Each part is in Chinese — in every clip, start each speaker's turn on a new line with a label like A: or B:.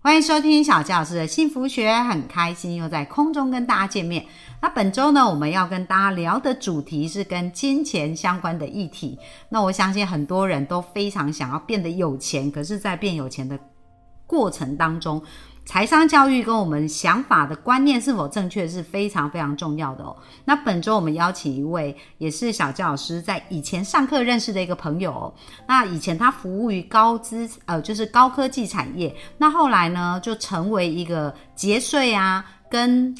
A: 欢迎收听小纪老师的幸福学，很开心又在空中跟大家见面。那本周呢，我们要跟大家聊的主题是跟金钱相关的议题。那我相信很多人都非常想要变得有钱，可是，在变有钱的过程当中，财商教育跟我们想法的观念是否正确是非常非常重要的哦。那本周我们邀请一位也是小教老师在以前上课认识的一个朋友、哦，那以前他服务于高资呃就是高科技产业，那后来呢就成为一个节税啊跟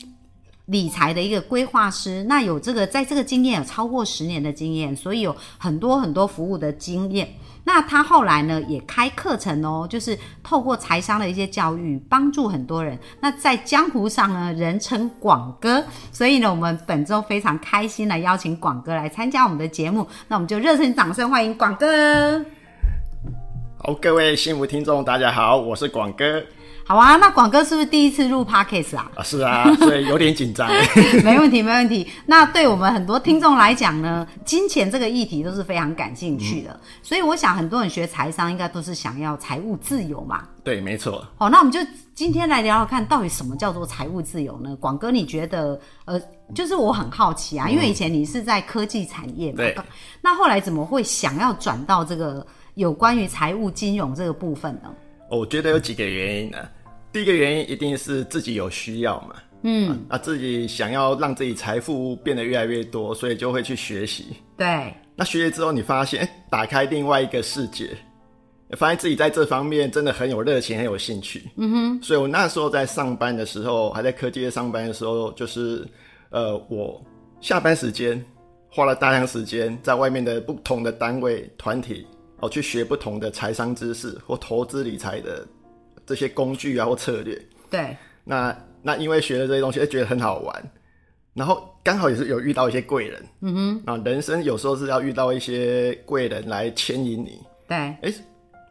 A: 理财的一个规划师，那有这个在这个经验有超过十年的经验，所以有很多很多服务的经验。那他后来呢也开课程哦，就是透过财商的一些教育，帮助很多人。那在江湖上呢，人称广哥，所以呢，我们本周非常开心的邀请广哥来参加我们的节目。那我们就热情掌声欢迎广哥。
B: 好，各位幸福听众，大家好，我是广哥
A: 好啊，那广哥是不是第一次录 podcast 啊？
B: 啊，是啊， 所以有点紧张。
A: 没问题，没问题。那对我们很多听众来讲呢，金钱这个议题都是非常感兴趣的，所以我想很多人学财商应该都是想要财务自由嘛。
B: 对，没错，
A: 好，那我们就今天来聊聊看，到底什么叫做财务自由呢？广哥，你觉得呃，就是我很好奇啊，因为以前你是在科技产业嘛
B: 对，
A: 那后来怎么会想要转到这个有关于财务金融这个部分呢？
B: 哦我觉得有几个原因呢、啊第一个原因一定是自己有需要嘛，
A: 嗯，
B: 啊，自己想要让自己财富变得越来越多，所以就会去学习。
A: 对，
B: 那学习之后，你发现，哎，打开另外一个世界，发现自己在这方面真的很有热情，很有兴趣。嗯哼。所以我那时候在上班的时候，还在科技业上班的时候，就是呃，我下班时间花了大量时间在外面的不同的单位、团体哦，去学不同的财商知识或投资理财的这些工具啊或策略。
A: 对，
B: 那那因为学了这些东西，哎觉得很好玩，然后刚好也是有遇到一些贵人，嗯哼，啊，人生有时候是要遇到一些贵人来牵引你，
A: 对，
B: 哎、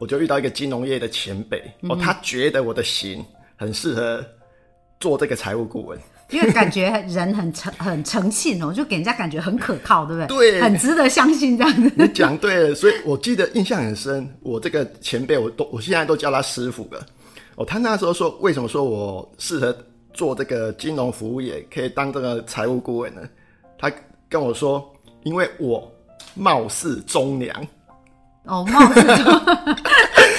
B: 我就遇到一个金融业的前辈，哦，他觉得我的型很适合做这个财务顾问，
A: 因为感觉人很诚很诚信哦，就给人家感觉很可靠，对不对？
B: 对
A: 很值得相信这样子。
B: 你讲对了，所以我记得印象很深。我这个前辈，我都我现在都叫他师傅了。哦，他那时候说，为什么说我适合做这个金融服务业，可以当这个财务顾问呢？他跟我说，因为我貌似忠良，
A: 哦，貌似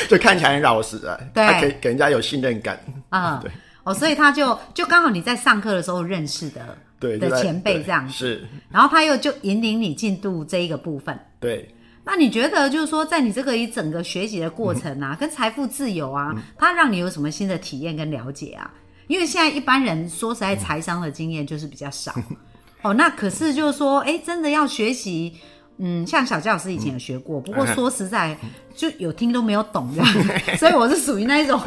B: 就看起来很老实啊，
A: 对
B: 他可以给人家有信任感。
A: 啊，
B: 对
A: 哦，所以他就就刚好你在上课的时候认识的，
B: 对，
A: 的
B: 就在
A: 前辈这样
B: 对是，
A: 然后他又就引领你进度这一个部分。
B: 对，
A: 那你觉得就是说，在你这个一整个学习的过程啊，跟财富自由啊，它让你有什么新的体验跟了解啊？因为现在一般人说实在，财商的经验就是比较少。哦，那可是就是说，哎，真的要学习，嗯，像小教老师以前有学过，不过说实在，就有听都没有懂这样，所以我是属于那一种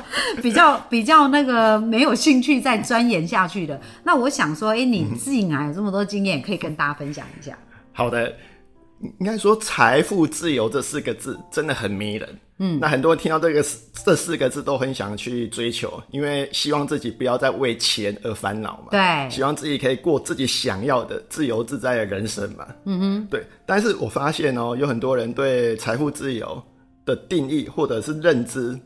A: 比较比较那个没有兴趣再钻研下去的。那我想说，哎，你既然有这么多经验，可以跟大家分享一下。
B: 好的，应该说“财富自由”这四个字真的很迷人。嗯，那很多人听到这个这四个字都很想去追求，因为希望自己不要再为钱而烦恼嘛。
A: 对
B: 希望自己可以过自己想要的自由自在的人生嘛。嗯哼，对。但是我发现哦，有很多人对财富自由的定义或者是认知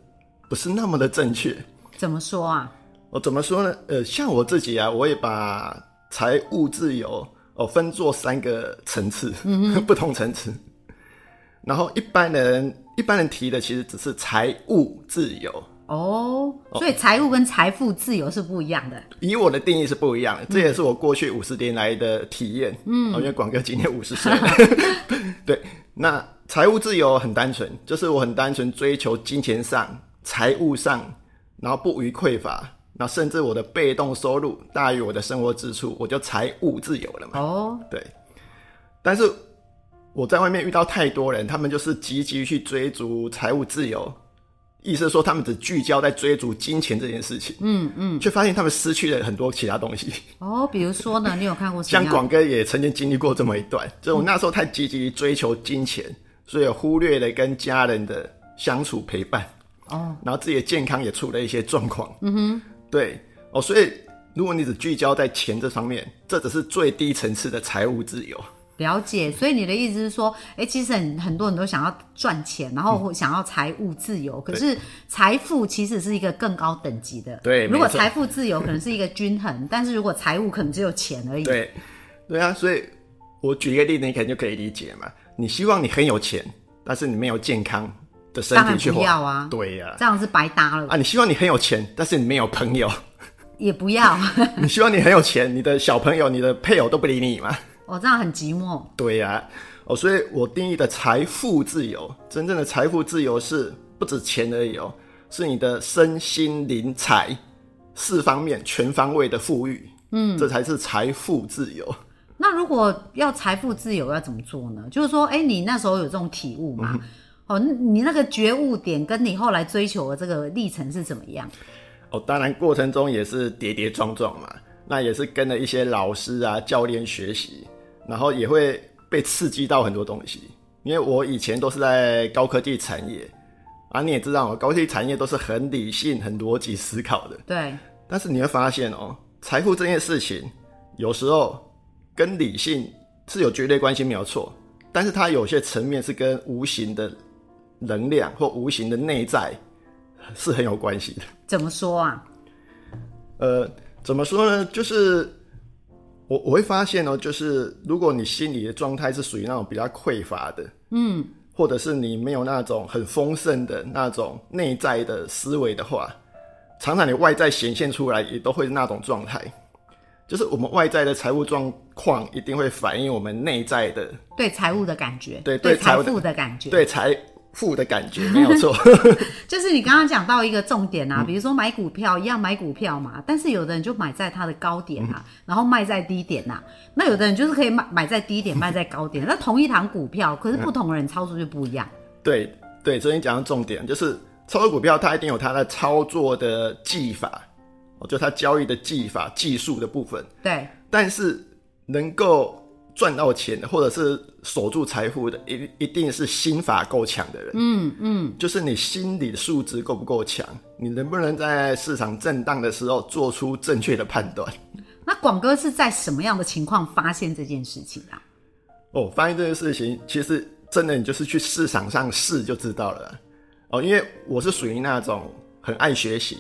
B: 不是那么的正确。
A: 怎么说啊？
B: 我怎么说呢？呃，像我自己啊，我也把财务自由哦分作三个层次， 不同层次。然后一般人一般人提的其实只是财务自由，
A: 哦，所以财务跟财富自由是不一样的。
B: 以我的定义是不一样的，这也是我过去五十年来的体验。嗯，因为广哥今年五十岁 了，对。那财务自由很单纯，就是我很单纯追求金钱上、财务上，然后不虞匮乏，然后甚至我的被动收入大于我的生活支出，我就财务自由了嘛。
A: 哦，
B: 对。但是我在外面遇到太多人，他们就是积极去追逐财务自由，意思是说他们只聚焦在追逐金钱这件事情。嗯嗯，却发现他们失去了很多其他东西。
A: 哦，比如说呢，你有看过什
B: 像
A: 么样？
B: 嗯广哥也曾经经历过这么一段，就是我那时候太积极追求金钱，所以忽略了跟家人的相处陪伴，
A: 哦，
B: 然后自己的健康也出了一些状况。嗯哼，对哦，所以如果你只聚焦在钱这方面，这只是最低层次的财务自由。
A: 了解。所以你的意思是说，哎、其实很很多人都想要赚钱，然
B: 嗯
A: 后想要财务自由，可是财富其实是一个更高等级的。
B: 对
A: 如果
B: 没错
A: 财富自由可能是一个均衡，但是如果财务可能只有钱而已。
B: 对，对啊，所以我举一个例子，你可能就可以理解嘛。你希望你很有钱，但是你没有健康的身
A: 当
B: 体
A: 然
B: 去
A: 不
B: 花，
A: 要啊，
B: 对呀、
A: 这样是白搭了，
B: 啊，你希望你很有钱，但是你没有朋友；
A: 也不要。
B: 你希望你很有钱，你的小朋友、你的配偶都不理你嘛。
A: 我、哦这样很寂寞。
B: 对呀、哦，所以我定义的财富自由，真正的财富自由是不止钱而已哦，是你的身心灵财四方面全方位的富裕，嗯，这才是财富自由。
A: 那如果要财富自由要怎么做呢？就是说，哎、你那时候有这种体悟
B: 嗯
A: 吗？哦，那你那个觉悟点跟你后来追求的这个历程是怎么样？
B: 哦，当然过程中也是跌跌撞撞嘛，那也是跟了一些老师啊、教练学习，然后也会被刺激到很多东西。因为我以前都是在高科技产业啊，你也知道，高科技产业都是很理性、很逻辑思考的。
A: 对，
B: 但是你会发现哦，财富这件事情有时候跟理性是有绝对关系，没有错。但是它有些层面是跟无形的能量或无形的内在是很有关系的。
A: 怎么说啊？
B: 呃，怎么说呢？就是我我会发现哦，就是如果你心理的状态是属于那种比较匮乏的，嗯，或者是你没有那种很丰盛的那种内在的思维的话，常常你外在显现出来也都会是那种状态。就是我们外在的财务状况一定会反映我们内在的
A: 对财务的感觉，
B: 对对财
A: 财
B: 务的
A: 富的感觉，
B: 对财富的感觉，没有 错。
A: 就是你刚刚讲到一个重点
B: 嗯
A: 啊，比如说买股票一样买股票嘛，但是有的人就买在它的高点
B: 嗯
A: 啊，然后卖在低点呐、啊。那有的人就是可以买买在低点，卖在高点。那同一堂股票，
B: 嗯
A: 可是不同人操作就不一样。
B: 对对，所以你讲到重点，就是操作股票，它一定有它的操作的技法，哦，就它交易的技法、技术的部分。
A: 对，
B: 但是能够赚到钱的，或者是守住财富的，一一定是心法够强的人。
A: 嗯嗯，
B: 就是你心理素质够不够强，你能不能在市场震荡的时候做出正确的判断？
A: 那广哥是在什么样的情况发现这件事情啊？
B: 哦，发现这件事情，其实真的你就是去市场上试就知道了。哦，因为我是属于那种很爱学习，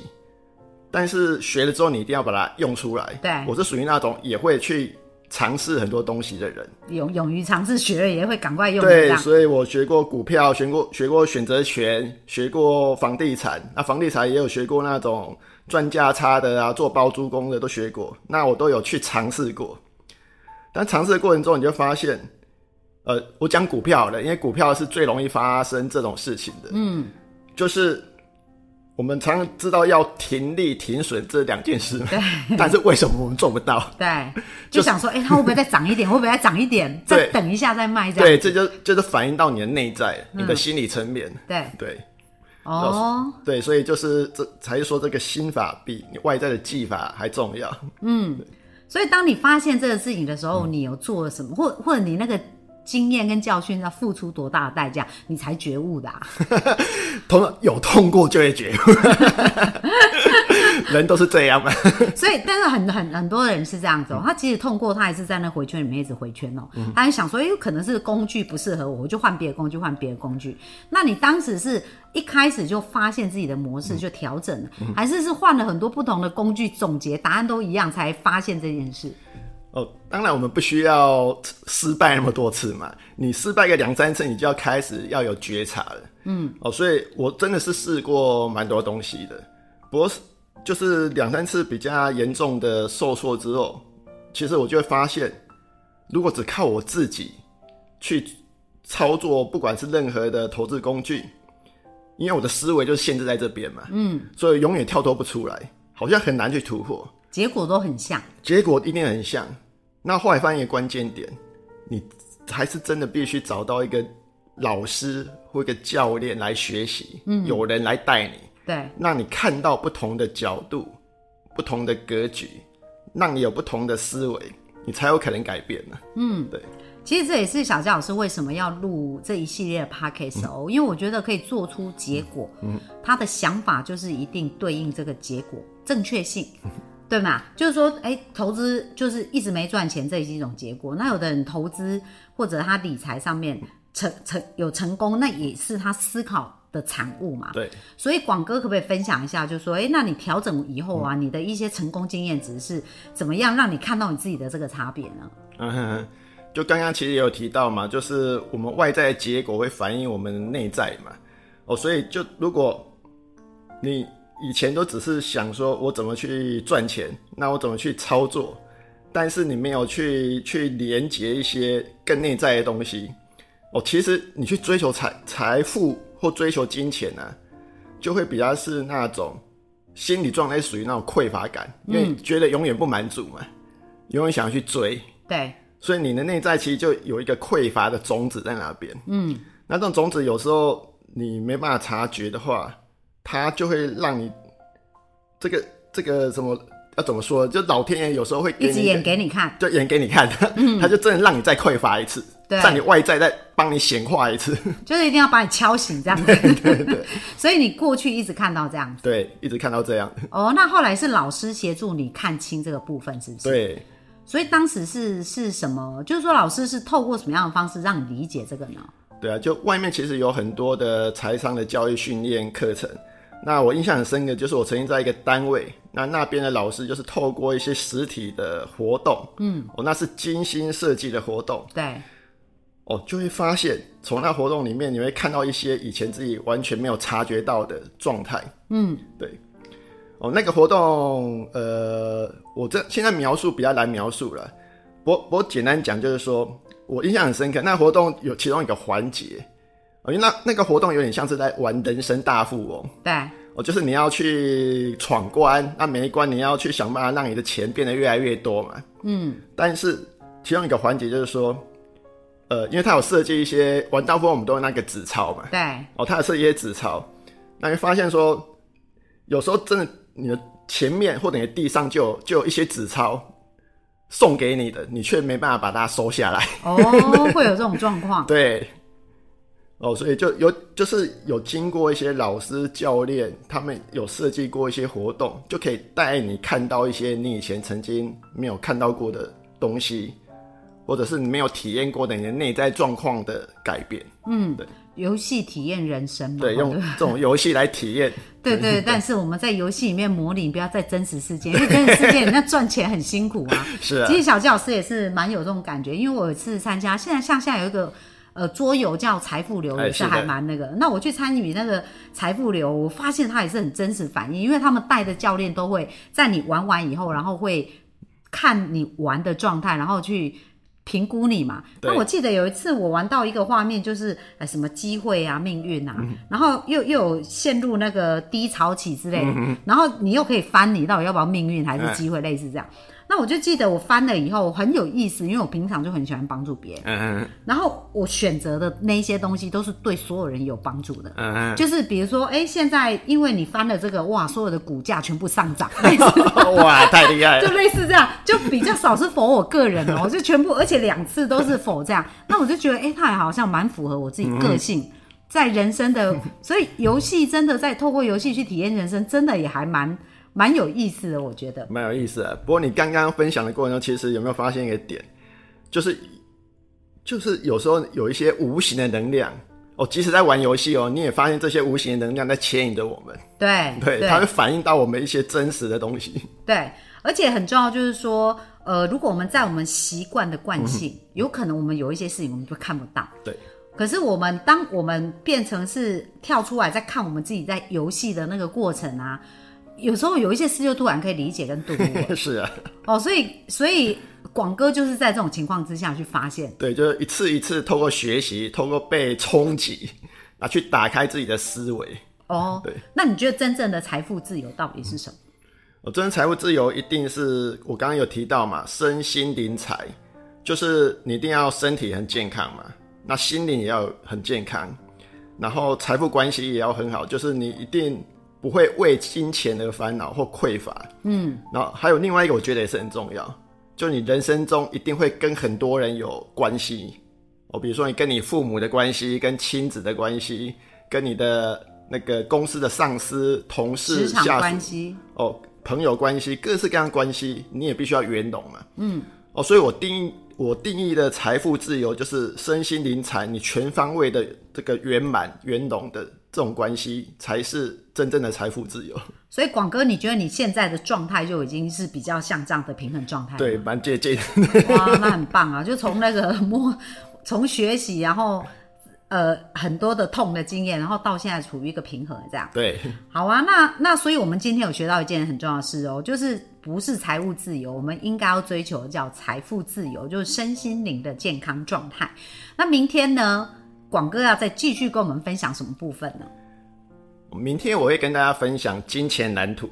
B: 但是学了之后你一定要把它用出来。
A: 对
B: 我是属于那种也会去尝试很多东西的人。
A: 勇勇于尝试，学了也会赶快用的这
B: 对，
A: 样。
B: 所以我学过股票，学过学过选择权，学过房地产。那房地产也有学过那种赚价差的啊，做包租公的都学过。那我都有去尝试过。但尝试的过程中，你就发现，呃，我讲股票的，因为股票是最容易发生这种事情的。嗯，就是我们常常知道要停利停损这两件事嘛， 但是为什么我们做不到？
A: 对，就想说，哎、它会不会再涨一点？会不会再涨一点？
B: 对
A: 再等一下再卖这
B: 对，
A: 样。嗯
B: 这就就是反映到你的内在，你的心理层面。
A: 对，
B: 对。
A: 哦，
B: 对，所以就是这才是说这个心法比你外在的技法还重要。
A: 所以当你发现这个事情的时
B: 嗯
A: 候，你有做了什么，或或者你那个经验跟教训要付出多大的代价，你才觉悟的、啊？
B: 通常有痛过就会觉悟， 人都是这样嘛。
A: 所以，但是很很很多人是这样子哦、他即使痛过，他还是在那回圈里面一直回圈哦、他还想说，哎、可能是工具不适合我，我就换别的工具，换别的工具。那你当时是一开始就发现自己的模式就调整了，还是是换了很多不同的工具，总结答案都一样才发现这件事？
B: 哦，当然我们不需要失败那么多次嘛，你失败个两三次，你就要开始要有觉察了。嗯，哦，所以我真的是试过蛮多东西的，不过是就是两三次比较严重的受挫之后，其实我就会发现，如果只靠我自己去操作，不管是任何的投资工具，因为我的思维就是限制在这边嘛，嗯，所以永远跳脱不出来，好像很难去突破。
A: 结果都很像，
B: 结果一定很像。那后来发现一个关键点，你还是真的必须找到一个老师或一个教练来学习，嗯，有人来带你，
A: 对，
B: 让你看到不同的角度、不同的格局，让你有不同的思维，你才有可能改变呢。嗯，对，
A: 其实这也是小佳老师为什么要录这一系列的 podcast
B: 嗯
A: 哦，因为我觉得可以做出结果，他的想法就是一定对应这个结果正确性。
B: 嗯
A: 对嘛？就是说，哎，投资就是一直没赚钱，这也是一种结果。那有的人投资或者他理财上
B: 嗯
A: 面成成有成功，那也是他思考的产物嘛。
B: 对，
A: 所以广哥可不可以分享一下，就说，哎，那你调整以后
B: 嗯
A: 啊，你的一些成功经验值是怎么样，让你看到你自己的这个差别呢？
B: 嗯哼哼，就刚刚其实也有提到嘛，就是我们外在的结果会反映我们内在嘛。哦，所以就如果你以前都只是想说我怎么去赚钱，那我怎么去操作，但是你没有去去连接一些更内在的东西。哦，其实你去追求财财富或追求金钱呢、啊，就会比较是那种心理状态属于那种匮乏感，因为你觉得永远不满足嘛，永远想要去追。
A: 对，
B: 所以你的内在其实就有一个匮乏的种子在那边。
A: 嗯，
B: 那这种种子有时候你没办法察觉的话，它就会让你这个这个什么要怎么说？就老天爷有时候会给
A: 一
B: 你
A: 直
B: 个
A: 演给你看。
B: 就演给你看， 他就真的让你再匮乏一次，
A: 对
B: 让你外在再帮你显化一次。
A: 就是一定要把你敲醒这样子， 所以你过去一直看到这样子
B: 对，一直看到这样。
A: 哦。那后来是老师协助你看清这个部分，是不是？
B: 对，
A: 所以当时是是什么？就是说老师是透过什么样的方式让你理解这个呢？
B: 对啊，就外面其实有很多的财商的教育训练课程。那我印象很深的就是我曾经在一个单位，那那边的老师就是透过一些实体的活动，嗯，哦，那是精心设计的活动，
A: 对，
B: 哦，就会发现从那活动里面你会看到一些以前自己完全没有察觉到的状态，
A: 嗯，
B: 对。哦，那个活动，呃，我这现在描述比较难描述了。我我简单讲，就是说我印象很深刻，那活动有其中一个环节，哦因为那那个活动有点像是在玩人生大富翁，
A: 对，
B: 哦，就是你要去闯关，那每一关你要去想办法让你的钱变得越来越多嘛。
A: 嗯，
B: 但是其中一个环节就是说，呃，因为它有设计一些玩大富翁，我们都有那个纸钞嘛，
A: 对，
B: 哦，它有设计一些纸钞，那你会发现说，有时候真的你的前面或者你的地上就有就有一些纸钞送给你的，你却没办法把它收下来，
A: 哦，会有这种状况，
B: 对。哦，所以就有就是有经过一些老师教练，他们有设计过一些活动，就可以带你看到一些你以前曾经没有看到过的东西，或者是你没有体验过的你的内在状况的改变。
A: 游戏体验人生嘛，
B: 对，用这种游戏来体验
A: 对对，但是我们在游戏里面模拟，不要在真实世界，因为真实世界你那赚钱很辛苦啊。
B: 是啊
A: 其实小纪老师也是蛮有这种感觉，因为我有一次参加，现在像现在有一个。呃，桌游叫财富流
B: 哎
A: 也是
B: 是的
A: 还蛮那个。那我去参与那个财富流，我发现它也是很真实反应，因为他们带的教练都会在你玩完以后，然后会看你玩的状态，然后去评估你嘛。
B: 对
A: 那我记得有一次我玩到一个画面，就是呃什么机会啊、命运
B: 嗯
A: 啊，然后又又有陷入那个低潮期之类
B: 嗯
A: 的，然后你又可以翻你到底要不要命运还是机
B: 哎
A: 会，类似这样。那我就记得我翻了以后很有意思，因为我平常就很喜欢帮助别人，
B: 嗯
A: 然后我选择的那一些东西都是对所有人有帮助的。
B: 嗯，
A: 就是比如说，哎、现在因为你翻了这个，哇，所有的股价全部上涨，类似
B: 嗯哇，太厉害
A: 就
B: 了！
A: 类似这样，就比较少是否我个人哦，就全部，而且两次都是否这样，那我就觉得，哎、他也好像蛮符合我自己个性，在人生的，所以游戏真的在透过游戏去体验人生，真的也还蛮蛮有意思的，我觉得。
B: 蛮有意思的。不过你刚刚分享的过程中，其实有没有发现一个点，就是就是有时候有一些无形的能量哦，即使在玩游戏哦，你也发现这些无形的能量在牵引着我们，
A: 对
B: 对，它会反映到我们一些真实的东西。
A: 对，而且很重要就是说，呃，如果我们在我们习惯的惯性，有可能我们有一些事情我们就看不到。
B: 嗯对。
A: 可是我们当我们变成是跳出来再看我们自己在游戏的那个过程啊，有时候有一些事就突然可以理解跟顿悟 了
B: 是啊，
A: 哦，所以所以广哥就是在这种情况之下去发现，
B: 对，就是一次一次透过学习，透过被冲击，啊，去打开自己的思维。
A: 哦
B: 对，
A: 那你觉得真正的财富自由到底是什么？
B: 我真正财务自由一定是我刚刚有提到嘛，身心灵财，就是你一定要身体很健康嘛，那心灵也要很健康，然后财富关系也要很好，就是你一定不
A: 嗯
B: 会为金钱而烦恼或匮乏。嗯，然后还有另外一个，我觉得也是很重要，就你人生中一定会跟很多人有关系哦，比如说你跟你父母的关系、跟亲子的关系、跟你的那个公司的上司、同事、
A: 职场
B: 下
A: 关
B: 属
A: 系，
B: 哦，朋友关系，各式各样的关系，你也必须要圆融嘛。嗯，哦，所以我定义我定义的财富自由就是身心灵财，你全方位的这个圆满圆融的这种关系，才是真正的财富自由。
A: 所以广哥，你觉得你现在的状态就已经是比较像这样的平衡状态？，
B: 对，蛮接近的。
A: 哇，那很棒啊！就从那个摸， 从学习，然后呃很多的痛的经验，然后到现在处于一个平衡这样。
B: 对，
A: 好啊，那那所以我们今天有学到一件很重要的事哦，就是不是财务自由，我们应该要追求的叫财富自由，就是身心灵的健康状态。那明天呢，广哥要再继续跟我们分享什么部分呢？
B: 明天我会跟大家分享金钱蓝图。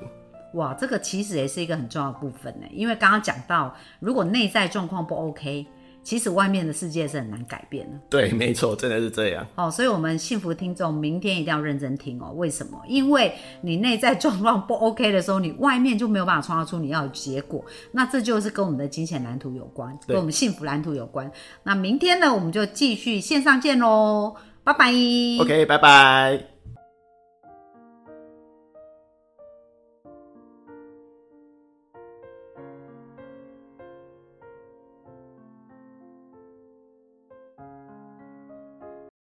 A: 哇，这个其实也是一个很重要的部分呢，因为刚刚讲到，如果内在状况不 OK，其实外面的世界是很难改变的。
B: 对，没错，真的是这样。
A: 哦，所以我们幸福听众明天一定要认真听哦。为什么？因为你内在状况不 OK 的时候，你外面就没有办法创造出你要的结果。那这就是跟我们的金钱蓝图有关，
B: 对
A: 跟我们幸福蓝图有关。那明天呢，我们就继续线上见喽，拜拜。
B: OK，拜拜。